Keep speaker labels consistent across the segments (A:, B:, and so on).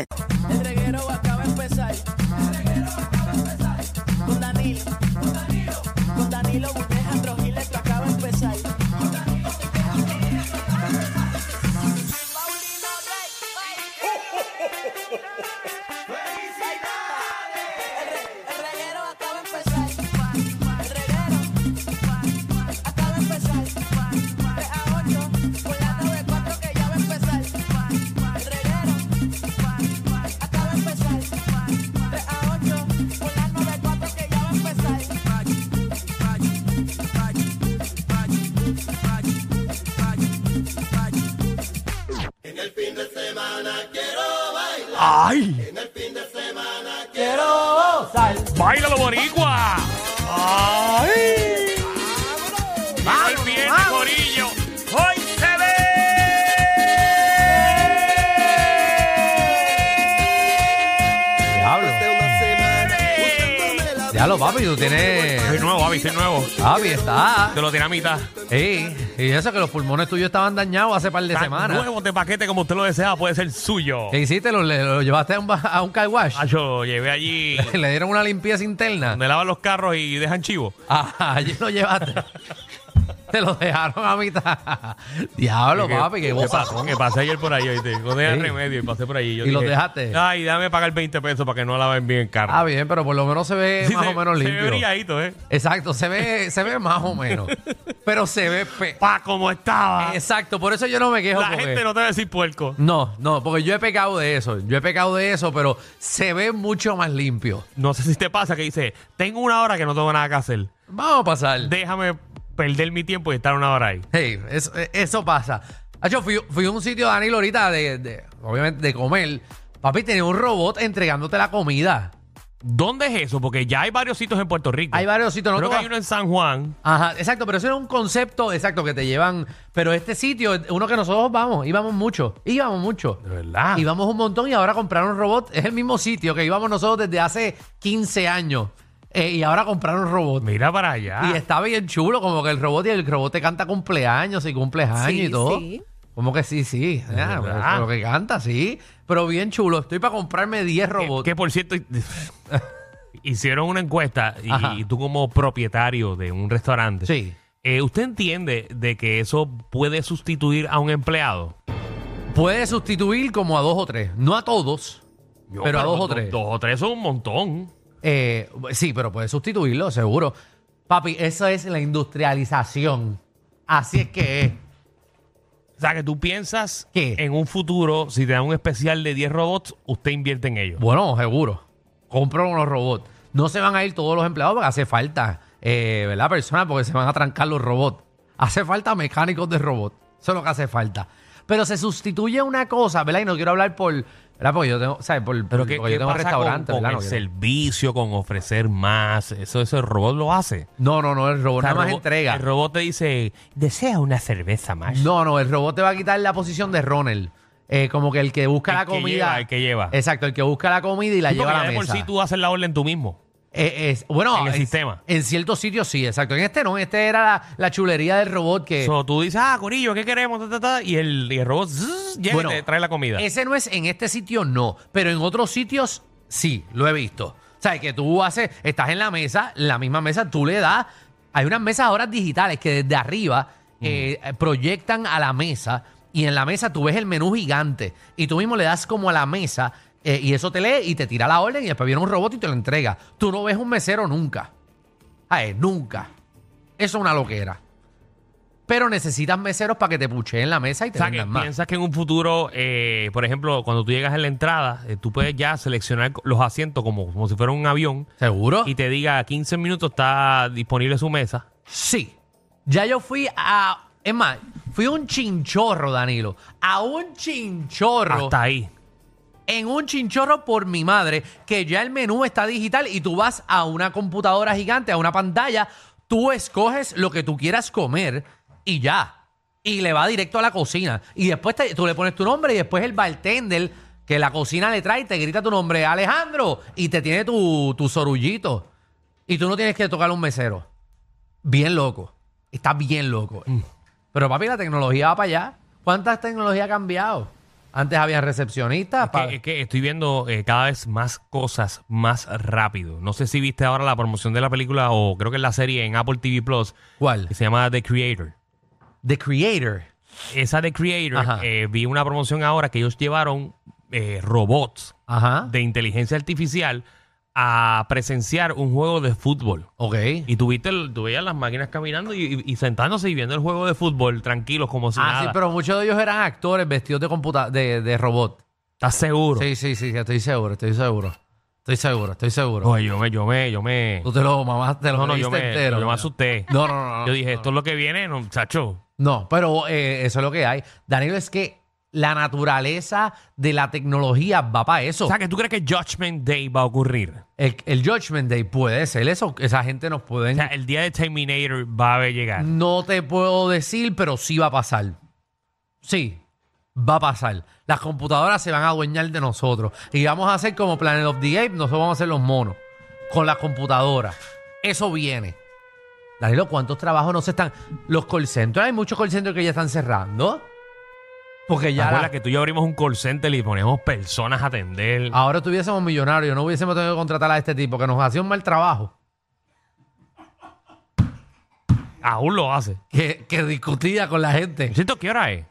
A: El reguero acaba de empezar. El reguero acaba de empezar. Con Danilo, con Danilo, con Danilo Alejandro Giles, que acaba de empezar. Con Danilo, con Alejandro Giles, que acaba de empezar. Paulino Rey, Rey. ¡Felicidades! El reguero acaba de empezar. El reguero acaba de empezar. 3 a 8, por la 94 que ya va a empezar. El reguero acaba de empezar. 3 a 8, por la 94 que ya va a empezar.
B: ¡Ay!
A: Quiero sal.
B: ¡Báilalo, boricua! ¡Ay! ¡Vamos, el viernes, corillo! ¡Hoy se Este
C: Diablo.
B: ve!
C: Diablo, papi, tú
B: Eh, Soy
C: tienes.
B: nuevo, Avi, soy nuevo.
C: Papi, está.
B: Te lo tiré a mitad.
C: Sí, y eso que los pulmones tuyos estaban dañados hace par de
B: Tan
C: semanas.
B: Nuevo de paquete, como usted lo desea, puede ser suyo.
C: ¿Qué hiciste? ¿Lo, le- lo llevaste a un, ba- a un car wash?
B: Ah, yo llevé allí
C: ¿Le dieron una limpieza interna?
B: donde lavan los carros y dejan chivo.
C: Ah, allí lo llevaste. Te lo dejaron a mitad. Diablo, papi, qué
B: que pasó?
C: bozazón.
B: Que pasé ayer por ahí, oíste. No tenía
C: Sí.
B: remedio y pasé por ahí. Yo
C: ¿Y los
B: dije,
C: dejaste?
B: Ay, dame pagar 20 pesos para que no laven bien el carro.
C: Ah, bien, pero por lo menos se ve
B: Sí,
C: más
B: se-
C: o menos
B: Se ve
C: limpio.
B: brilladito, ¿eh?
C: Exacto, se ve, se ve más o menos. Pero se ve pe-
B: Pa, como estaba.
C: Exacto, por eso yo no me quejo.
B: La
C: porque-
B: gente no te va a decir puerco.
C: No, no, porque yo he pecado de eso. Yo he pecado de eso, pero se ve mucho más limpio.
B: No sé si te pasa que dice, tengo una hora que no tengo nada que hacer.
C: Vamos a pasar.
B: Déjame perder mi tiempo y estar una hora ahí.
C: Hey, eso, eh, eso pasa. Hacho, fui, fui a un sitio, Danilo, ahorita de, de- obviamente, de comer. Papi, tenía un robot entregándote la comida.
B: ¿Dónde es eso? Porque ya hay varios sitios en Puerto Rico.
C: Hay varios sitios, ¿no?
B: Creo que
C: Todas-
B: hay uno en San Juan.
C: Ajá, exacto, pero eso era un concepto exacto que te llevan. Pero este sitio, uno que nosotros vamos, íbamos mucho, íbamos mucho.
B: De verdad.
C: Íbamos un montón y ahora compraron un robot. Es el mismo sitio que íbamos nosotros desde hace 15 años. Eh, y ahora compraron un robot.
B: Mira para allá.
C: Y está bien chulo, como que el robot y el robot te canta cumpleaños y cumpleaños
D: Sí,
C: y todo.
D: sí.
C: Como que sí, sí.
B: verdad.
C: Ah, pero- pero que canta, sí. Pero bien chulo. Estoy para comprarme 10
B: Que-
C: robots.
B: Que, por cierto, hicieron una encuesta y,
C: Ajá.
B: y tú como propietario de un restaurante.
C: Sí.
B: eh, ¿Usted entiende de que eso puede sustituir a un empleado?
C: Puede sustituir como a dos o tres. No a todos,
B: Yo,
C: pero, a dos o
B: do-
C: tres.
B: Dos o tres son un montón.
C: Eh, sí, pero puede sustituirlo, seguro. Papi, eso es la industrialización. Así es que es.
B: O sea, que tú piensas
C: ¿Qué?
B: en un futuro, si te dan un especial de 10 robots, usted invierte en ellos.
C: Bueno, seguro. Compro unos robots. No se van a ir todos los empleados porque hace falta, eh, ¿verdad? Personas porque se van a trancar los robots. Hace falta mecánicos de robot. Eso es lo que hace falta. Pero se sustituye una cosa, ¿verdad? Y no quiero hablar por, ¿verdad? Porque yo tengo, ¿sabes? Por,
B: Pero
C: porque
B: ¿qué,
C: yo
B: qué
C: tengo
B: pasa
C: restaurantes,
B: con, con
C: ¿verdad?
B: el
C: No quiero-
B: servicio, con ofrecer más? Eso, eso el robot lo hace.
C: No, no, no, el robot
B: O sea,
C: nada
B: el
C: más
B: robot-
C: entrega.
B: El robot te dice, desea una cerveza más.
C: No, no, el robot te va a quitar la posición de Ronald. Eh, como que el que busca
B: El
C: la
B: que
C: comida.
B: lleva, el que lleva.
C: Exacto, el que busca la comida y la
B: Sí, porque
C: lleva a
B: ya
C: la
B: de por
C: mesa.
B: sí tú haces la orden tú mismo.
C: Eh, es- bueno,
B: en el
C: en-
B: sistema.
C: En ciertos sitios sí, exacto. En este no, en este era la, la chulería del robot que.
B: So, tú dices, ah, Corillo, ¿qué queremos? Ta, ta, ta, y, el, y el robot zzz, llega
C: Bueno,
B: y te trae la comida.
C: Ese no es en este sitio, no. Pero en otros sitios sí, lo he visto. O sea, que tú haces, estás en la mesa, la misma mesa, tú le das. Hay unas mesas ahora digitales que desde arriba
B: Mm.
C: eh, proyectan a la mesa y en la mesa tú ves el menú gigante y tú mismo le das como a la mesa eh, y eso te lee y te tira la orden y después viene un robot y te lo entrega. Tú no ves un mesero nunca. Ay, nunca. Eso es una loquera. Pero necesitas meseros para que te pucheen la mesa y
B: O
C: te
B: sea, que
C: vendan más.
B: piensas que en un futuro, eh, por ejemplo, cuando tú llegas en la entrada, eh, tú puedes ya seleccionar los asientos como, como si fuera un avión
C: ¿Seguro?
B: y te diga 15 minutos está disponible su mesa.
C: Sí. Ya yo fui a. Es más, fui un chinchorro, Danilo. A un chinchorro.
B: Hasta ahí.
C: En un chinchorro por mi madre, que ya el menú está digital y tú vas a una computadora gigante, a una pantalla, tú escoges lo que tú quieras comer y ya. Y le va directo a la cocina. Y después te- tú le pones tu nombre y después el bartender que la cocina le trae te grita tu nombre, Alejandro, y te tiene tu, tu sorullito. Y tú no tienes que tocar un mesero. Bien loco. Está bien loco.
B: Mm.
C: Pero papi, la tecnología va para allá. ¿Cuántas tecnologías ha cambiado? Antes había recepcionistas.
B: Que-
C: pa-
B: es que estoy viendo eh, cada vez más cosas más rápido. No sé si viste ahora la promoción de la película o creo que es la serie en Apple TV Plus
C: ¿Cuál?
B: que se llama The Creator.
C: The Creator.
B: Esa The Creator,
C: Ajá.
B: eh, vi una promoción ahora que ellos llevaron eh, robots
C: Ajá.
B: de inteligencia artificial a presenciar un juego de fútbol.
C: ok.
B: Y tuviste el, tú veías las máquinas caminando y, y- y sentándose y viendo el juego de fútbol tranquilos como si
C: ah,
B: nada.
C: sí, pero muchos de ellos eran actores vestidos de, computa de, de robot.
B: ¿Estás seguro?
C: Sí, sí, sí, estoy seguro, estoy seguro. Estoy seguro, estoy seguro.
B: Oye, yo me, yo me, yo me.
C: Tú te lo mamaste, te lo
B: No, no, yo
C: leíste
B: me,
C: entero.
B: yo me asusté.
C: No, no, no. no,
B: Yo dije,
C: no,
B: esto es lo que viene, no, chacho.
C: No, pero eh, eso es lo que hay. Danilo, es que la naturaleza de la tecnología va para eso.
B: O sea, que tú crees que Judgment Day va a ocurrir.
C: El, el Judgment Day puede ser eso. Esa gente nos puede...
B: O sea, eh, el día de Terminator va a llegar.
C: No te puedo decir, pero sí va a pasar. Sí, va a pasar. Las computadoras se van a adueñar de nosotros. Y vamos a hacer como Planet of the Apes, nosotros vamos a ser los monos. Con las computadoras. Eso viene. Danilo, ¿cuántos trabajos no se están...? Los call centers, hay muchos call centers que ya están cerrando. Porque
B: ¿Te
C: ya...
B: acuerdas
C: la-
B: que tú y yo abrimos un call center y ponemos personas a atender?
C: Ahora estuviésemos millonarios, no hubiésemos tenido que contratar a este tipo que nos hacía un mal trabajo.
B: Aún lo hace.
C: Que, que discutía con la gente.
B: ¿Siento qué hora es?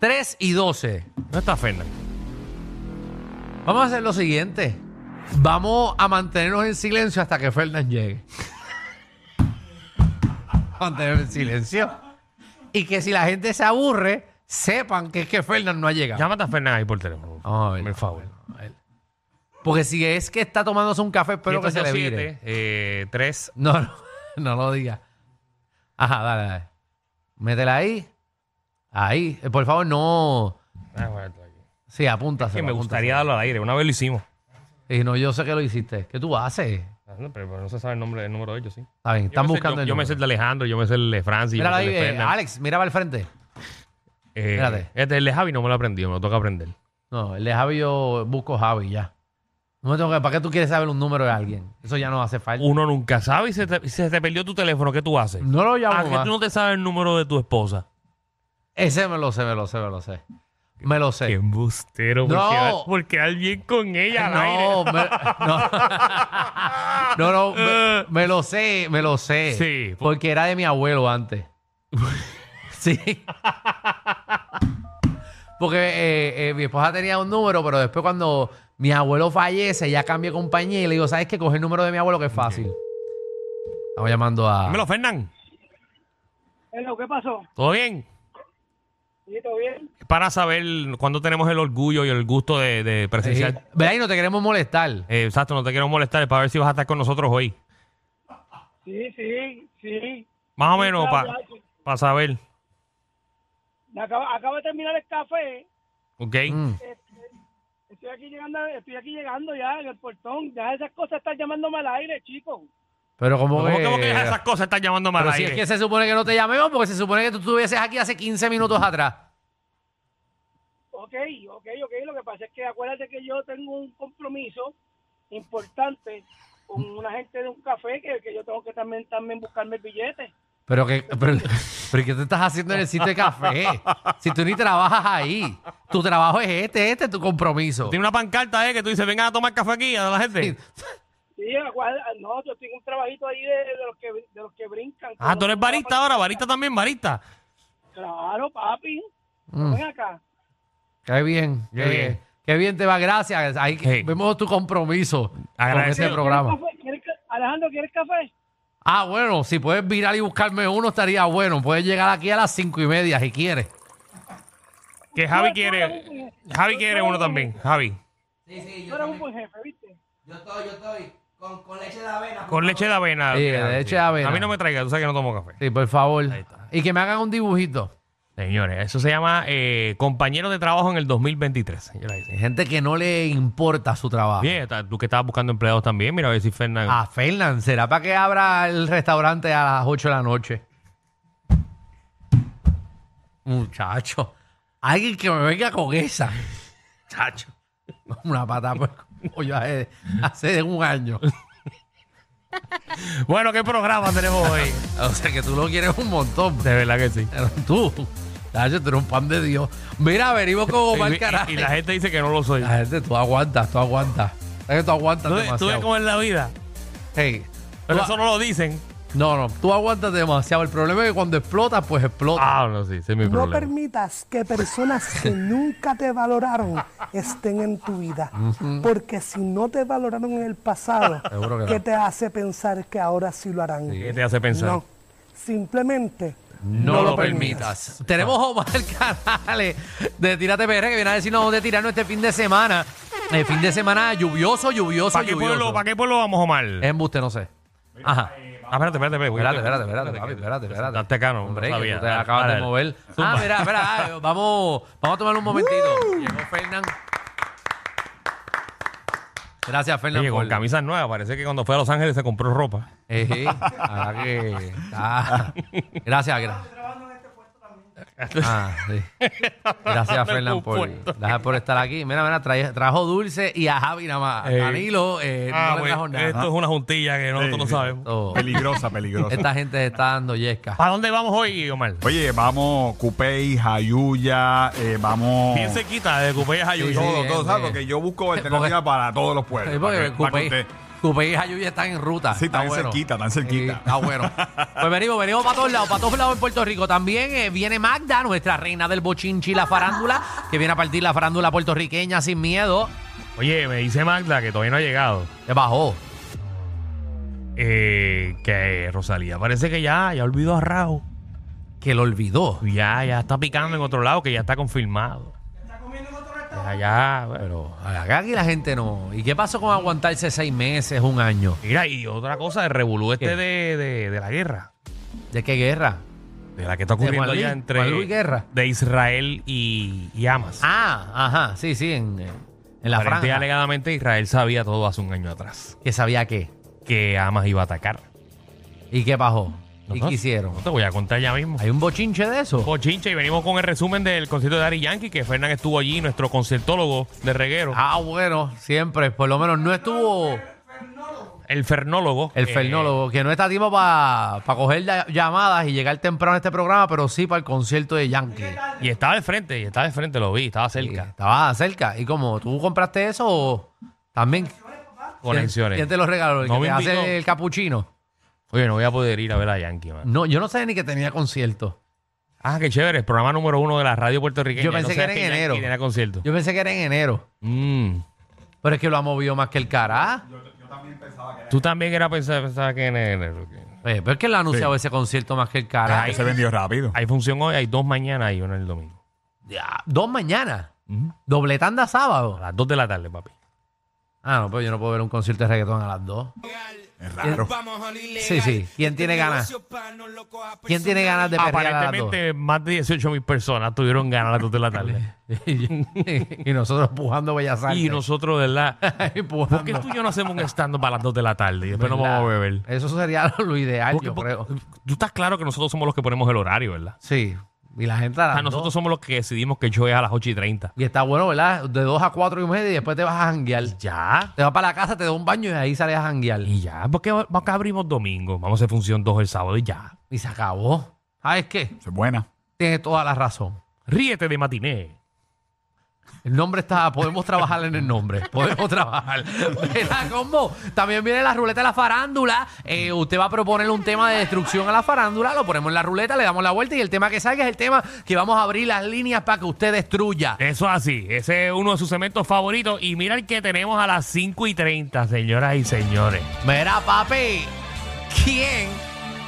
C: 3 y 12.
B: ¿Dónde está Fernan?
C: Vamos a hacer lo siguiente. Vamos a mantenernos en silencio hasta que Fernan llegue. Mantenernos en silencio. Y que si la gente se aburre, sepan que es que Fernan no ha llegado.
B: Llámate a Fernan ahí por teléfono.
C: Vamos a ver.
B: Por favor.
C: Vamos a ver. Porque si es que está tomándose un café, espero que se le
B: 787,
C: vire.
B: eh, 3.
C: No, no, no lo diga. Ajá, dale, dale. Métela ahí. Ahí. Eh, Por favor, no.
B: Ah, bueno, estoy aquí.
C: Sí, apúntaselo.
B: Que me gustaría
C: apúntaselo.
B: darlo al aire. Una vez lo hicimos.
C: Y no, yo sé que lo hiciste. ¿Qué tú haces?
B: Ah, no, Pero, pero no se sabe el nombre, el número de ellos, sí.
C: Está bien,
B: Yo
C: están
B: me sé-
C: buscando
B: yo,
C: el
B: yo me
C: número.
B: sé el de Alejandro, yo me sé el de Francis.
C: Mírala
B: yo me sé
C: ahí,
B: el de
C: eh,
B: Fernan.
C: Alex, mira para el frente.
B: Eh,
C: espérate.
B: Este, el de Javi no me lo aprendí, me lo toca aprender.
C: No, el de Javi yo busco Javi ya. No me tengo que, ¿Para qué tú quieres saber un número de alguien? Eso ya no hace falta.
B: Uno nunca sabe y se te, se te perdió tu teléfono, ¿qué tú haces?
C: no lo llamo
B: Ah, que
C: más.
B: tú no te sabes el número de tu esposa.
C: Ese me lo sé, me lo sé, me lo sé. Me lo sé.
B: Qué embustero,
C: No.
B: por, quedar, por quedar bien con ella al aire.
C: No, me, no, no, no, me, me lo sé, me lo sé.
B: Sí.
C: Porque era de mi abuelo antes. sí. Porque eh, eh, mi esposa tenía un número, pero después cuando mi abuelo fallece, ya cambié compañía y le digo, ¿sabes qué? Coge el número de mi abuelo que es fácil. Estamos llamando a...
B: Dímelo, Fernán.
D: Hello, ¿qué pasó?
B: ¿Todo bien?
D: ¿Sí, todo bien?
B: Es Para saber cuándo tenemos el orgullo y el gusto de, de
C: Sí.
B: presenciar.
C: Ve ahí, no te queremos molestar.
B: Eh, exacto, no te quiero molestar, es para ver si vas a estar con nosotros hoy.
D: Sí, sí, sí.
B: Más o
D: Sí,
B: menos,
D: claro,
B: para
D: claro.
B: saber.
D: Me Acaba, acabo de terminar el café.
B: ¿Ok?
C: Mm.
D: Estoy aquí llegando, estoy aquí llegando ya en el portón. Ya esas cosas están llamándome al aire, chicos.
C: Pero como
B: ¿Cómo, que- cómo que esas cosas están llamándome al
C: eh, Pero si es
B: aire?
C: que se supone que no te llamemos, porque se supone que tú estuvieses aquí hace 15 minutos atrás.
D: Ok, ok, ok. Lo que pasa es que acuérdate que yo tengo un compromiso importante con una gente de un café que, que yo tengo que también, también buscarme el billete.
C: Pero que, pero, pero ¿qué te estás haciendo en el sitio de café? Si tú ni trabajas ahí, tu trabajo es este, este es tu compromiso.
B: Tiene una pancarta eh, que tú dices, vengan a tomar café aquí a la gente.
D: Sí, acuérdate- no, yo tengo un trabajito ahí de, de los, que, de los que brincan.
B: Ah, tú eres barista ahora, barista también, barista.
D: Claro, papi.
C: Mm.
D: Ven acá.
C: Qué bien, qué
B: Qué
C: bien.
B: bien.
C: Qué bien te va, gracias. Ahí
B: Hey.
C: vemos tu compromiso con
B: Agradecido.
C: este programa.
D: ¿Quieres café? ¿Quieres ca- Alejandro, ¿quieres café?
C: Ah, bueno, si puedes virar y buscarme uno, estaría bueno. Puedes llegar aquí a las cinco y media si quieres.
B: Que Javi quiere. Javi quiere uno también. Javi.
D: Tú eres un buen jefe, ¿viste?
B: Con leche de avena.
C: Sí,
B: Mira,
C: leche
B: sí.
C: de avena.
B: A mí no me traiga, tú sabes que no tomo café.
C: Sí, por favor.
B: Ahí está.
C: Y que me hagan un dibujito.
B: Señores, eso se llama eh, compañero de trabajo en el 2023. señoras y
C: Hay
B: señores.
C: gente que no le importa su trabajo.
B: Bien, está- tú que estabas buscando empleados también, mira a ver si Fernando.
C: A Fernan, ¿será para que abra el restaurante a las 8 de la noche? Muchacho, alguien que me venga con esa. Muchacho, una pata por el culo hace, hace un año.
B: Bueno, ¿qué programa tenemos hoy?
C: O sea que tú lo quieres un montón.
B: De verdad que sí.
C: Pero tú, muchacho, tú eres un pan de Dios. Mira, venimos con
B: Y-
C: Omar
B: y-
C: Oh, Carajo.
B: y, la gente dice que no lo soy.
C: La gente, tú aguantas, tú aguantas. Es que tú aguantas
B: ¿Tú, ves- tú ves
C: demasiado.
B: cómo es la vida.
C: Hey,
B: Pero
C: tú-
B: eso no lo dicen.
C: No, no, tú aguantas demasiado. El problema es que cuando explotas, pues explota.
B: Ah, no, sí, ese es mi
E: No
B: problema.
E: permitas que personas que nunca te valoraron estén en tu vida, porque si no te valoraron en el pasado,
C: Seguro que
E: ¿qué
C: no.
E: te hace pensar que ahora sí lo harán?
B: ¿Qué te hace pensar?
E: No, simplemente
C: No,
B: No
C: lo,
B: lo
C: permitas. Tenemos a Omar Canales de Tírate PR que viene a decirnos dónde tirarnos este fin de semana. El fin de semana lluvioso, lluvioso,
B: ¿Para qué,
C: lluvioso.
B: pueblo, ¿Para qué pueblo vamos, Omar?
C: Embuste, no sé. Ajá.
B: Ah, espérate, espérate, espérate.
C: Espérate, espérate, espérate, papi, espérate, espérate.
B: Date acá, no,
C: Hombre,
B: no
C: que
B: sabía.
C: tú te
B: Dale,
C: acabas de
B: dale.
C: mover.
B: Zumba.
C: Ah, mira, mira, ah, vamos, vamos a tomar un momentito. Llegó Fernán. Gracias, Fernán.
B: Oye, con
C: por-
B: camisas nuevas. Parece que cuando fue a Los Ángeles se compró ropa.
C: Ejí, ahora que- ah, gracias, gracias. Ah, sí. Gracias, Fernán, por, gracias por estar aquí. Mira, mira, trae- trajo dulce y a Javi nada más. A
B: Ey.
C: Danilo eh,
B: Ah,
C: no le
B: pues,
C: trajo nada.
B: esto es una juntilla que nosotros no
F: Sí, sí.
B: sabemos.
C: Todo.
F: Peligrosa, peligrosa.
C: Esta gente está dando yesca.
B: ¿Para dónde vamos hoy, Omar?
F: Oye, vamos Cupey, Jayuya, eh, vamos.
B: Bien cerquita de Cupé a
C: Sí,
F: Todo,
C: sí,
F: todo, ¿sabes?
C: sí.
F: Porque yo busco alternativa
C: Porque-
F: para todos los
C: Sí,
F: pueblos. para
C: porque
F: que- para que
C: Cupé,
F: usted-
C: Cupé y Jayuya están en ruta.
F: Sí,
C: Está
F: están cerquita, están cerquita.
C: Sí, está bueno. Pues venimos, venimos para todos lados, para todos lados en Puerto Rico. También eh, viene Magda, nuestra reina del bochinchi, la farándula, que viene a partir la farándula puertorriqueña sin miedo.
B: Oye, me dice Magda que todavía no ha llegado.
C: Se bajó.
B: Eh, que Rosalía parece que ya, ya olvidó a Raúl.
C: que lo olvidó.
B: Ya, ya está picando en otro lado, que ya está confirmado. Ya, ya, pero.
C: Acá aquí la gente no. ¿Y qué pasó con aguantarse seis meses, un año?
B: Mira, y otra cosa, el revolú
C: ¿Qué?
B: este de, de- de la guerra.
C: ¿De qué guerra?
B: De la que está
C: ¿De Juan
B: ocurriendo
C: Luis?
B: allá entre.
C: ¿Juan Luis Guerra?
B: De Israel y, y Hamas.
C: Ah, ajá, sí, sí, en, eh, en la
B: Aparente y
C: franja.
B: alegadamente Israel sabía todo hace un año atrás.
C: Que sabía qué.
B: Que Hamas iba a atacar.
C: ¿Y qué pasó? ¿Y
B: No,
C: qué hicieron?
B: No te voy a contar ya mismo.
C: ¿Hay un bochinche de eso?
B: Pochinche, y venimos con el resumen del concierto de Ari Yankee, que Fernán estuvo allí, nuestro concertólogo de reguero,
C: Ah, bueno, siempre, por lo menos no estuvo
B: el fernólogo.
C: el
B: Eh,
C: fernólogo, que no está tipo para coger la- llamadas y llegar temprano a este programa, pero sí para el concierto de Yankee.
B: y estaba al frente, y estaba al frente, lo vi, estaba cerca.
C: Sí, estaba cerca. ¿Y cómo? ¿Tú compraste eso o también?
B: Conexiones.
C: ¿Quién te lo regaló? ¿El
B: No
C: que
B: me
C: te
B: invitó.
C: hace el capuchino?
B: Oye, no voy a poder ir a ver a Yankee, man.
C: No, yo no sabía ni que tenía concierto.
B: Ah, qué chévere, el programa número uno de la radio puertorriqueña.
C: Yo pensé
B: No
C: que era
B: sabes
C: en
B: Yankee
C: enero.
B: tenía concierto.
C: Yo pensé que era en enero.
B: Mm.
C: Pero es que lo ha movido más que el cara. Ah,
B: Tú también era pensaba, pensaba que en enero. que-
C: Oye, pero pues, es que lo ha anunciado ese concierto más que el cara.
B: Ah,
F: que se vendió rápido.
B: Hay función hoy, hay dos mañana y una el domingo.
C: Ya, Dos mañanas. Doble tanda sábado.
B: A las dos de la tarde, papi.
C: Ah, no, pues yo no puedo ver un concierto de reggaetón a las dos. Eh,
F: Es raro.
C: Sí, sí. ¿Quién tiene ganas? ¿Quién tiene ganas de perrear a las dos?
B: Aparentemente, más de 18 mil personas tuvieron ganas a las dos de la tarde.
C: y nosotros empujando Bellas Artes.
B: y nosotros, ¿verdad?
C: empujando.
B: ¿Por qué tú y yo no hacemos un stand para las 2 de la tarde y después nos
C: ¿Verdad?
B: vamos a beber?
C: Eso sería lo ideal,
B: Porque-
C: yo
B: porque-
C: creo.
B: Tú estás claro que nosotros somos los que ponemos el horario, ¿verdad?
C: Sí. Y la gente a
B: O
C: las
B: sea, nosotros
C: dos.
B: somos los que decidimos que el show es a las 8 y 30.
C: Y está bueno, ¿verdad? De dos a cuatro y media y después te vas a janguear.
B: Ya.
C: Te vas para la casa, te das un baño y ahí sales a janguear.
B: Y ya, porque acá abrimos domingo. Vamos a hacer función 2 el sábado y ya.
C: Y se acabó. ¿Sabes qué?
F: Es buena.
C: Tienes toda la razón.
B: Ríete de matiné.
C: El nombre está, podemos trabajar en el nombre, podemos trabajar. Mira, combo, también viene la ruleta de la farándula. Eh, usted va a proponer un tema de destrucción a la farándula, lo ponemos en la ruleta, le damos la vuelta y el tema que salga es el tema que vamos a abrir las líneas para que usted destruya.
B: Eso es así, ese es uno de sus segmentos favoritos. Y mira el que tenemos a las 5 y 30, señoras y señores.
C: Mira, papi, ¿quién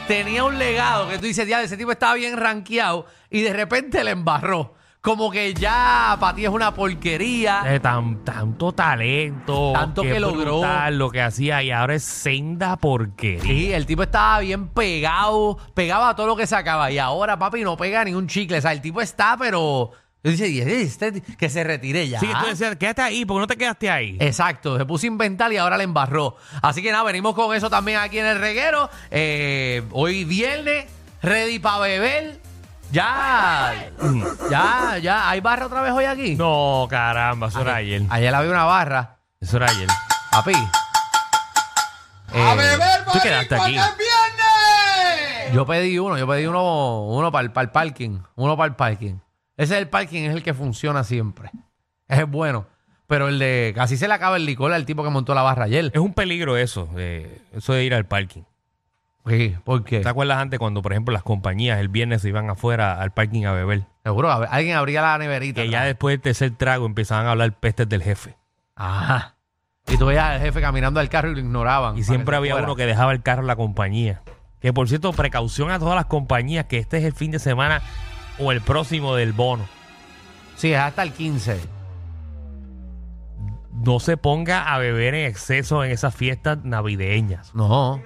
C: tenía un legado que tú dices, ya, ese tipo estaba bien rankeado y de repente le embarró? Como que ya para ti es una porquería.
B: Eh, tan- tanto talento,
C: Tanto
B: qué
C: que logró.
B: brutal lo que hacía y ahora es senda porquería.
C: Sí, el tipo estaba bien pegado, pegaba todo lo que sacaba y ahora, papi, no pega ni un chicle. O sea, el tipo está, pero... Yo dice, "Y este t- que se retire ya.
B: Sí, que tú decías, quédate ahí, porque no te quedaste ahí.
C: Exacto, se puso a inventar y ahora le embarró. Así que nada, venimos con eso también aquí en el reguero. Eh, hoy viernes, ready para beber. Ya, ya, ya. ¿Hay barra otra vez hoy aquí?
B: No, caramba, eso era ayer.
C: Ayer había una barra.
B: Eso era ayer.
C: Papi.
G: ¡A
C: eh,
G: beber,
B: tú quedaste
G: boricua,
B: aquí.
G: que es viernes!
C: Yo pedí uno, yo pedí uno, uno para el, para el parking, uno para el parking. Ese del parking es el que funciona siempre. Ese Es bueno. Pero el de casi se le acaba el licor al tipo que montó la barra ayer.
B: Es un peligro eso, eh, eso de ir al parking.
C: Sí, ¿Por qué?
B: ¿Te acuerdas antes cuando, por ejemplo, las compañías el viernes se iban afuera al parking a beber?
C: Seguro, a ver, alguien abría la neverita.
B: Que ya después del tercer trago empezaban a hablar pestes del jefe.
C: Ajá. Y tú veías al jefe caminando al carro y lo ignoraban.
B: Y siempre había uno que dejaba el carro en la compañía. Que por cierto, precaución a todas las compañías que este es el fin de semana o el próximo del bono.
C: Sí, es hasta el 15.
B: No se ponga a beber en exceso en esas fiestas navideñas.
C: No.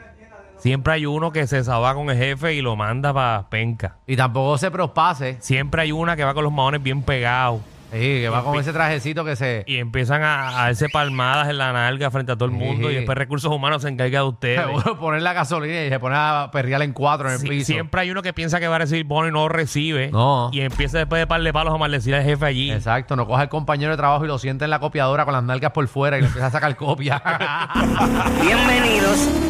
B: Siempre hay uno que se sabe con el jefe y lo manda para penca.
C: Y tampoco se prospase.
B: Siempre hay una que va con los maones bien pegados
C: Sí, que va con ese trajecito que se...
B: y empiezan a, a darse palmadas en la nalga frente a todo el mundo y
C: Sí.
B: después recursos humanos se encarga de ustedes.
C: Seguro, poner la gasolina y se pone a perrear en cuatro en el
B: Sí,
C: piso.
B: siempre hay uno que piensa que va a recibir bono y no recibe.
C: No.
B: Y empieza después de par de palos a maldecir al jefe allí.
C: Exacto, no coge al compañero de trabajo y lo siente en la copiadora con las nalgas por fuera y le empieza a sacar copia.
H: Bienvenidos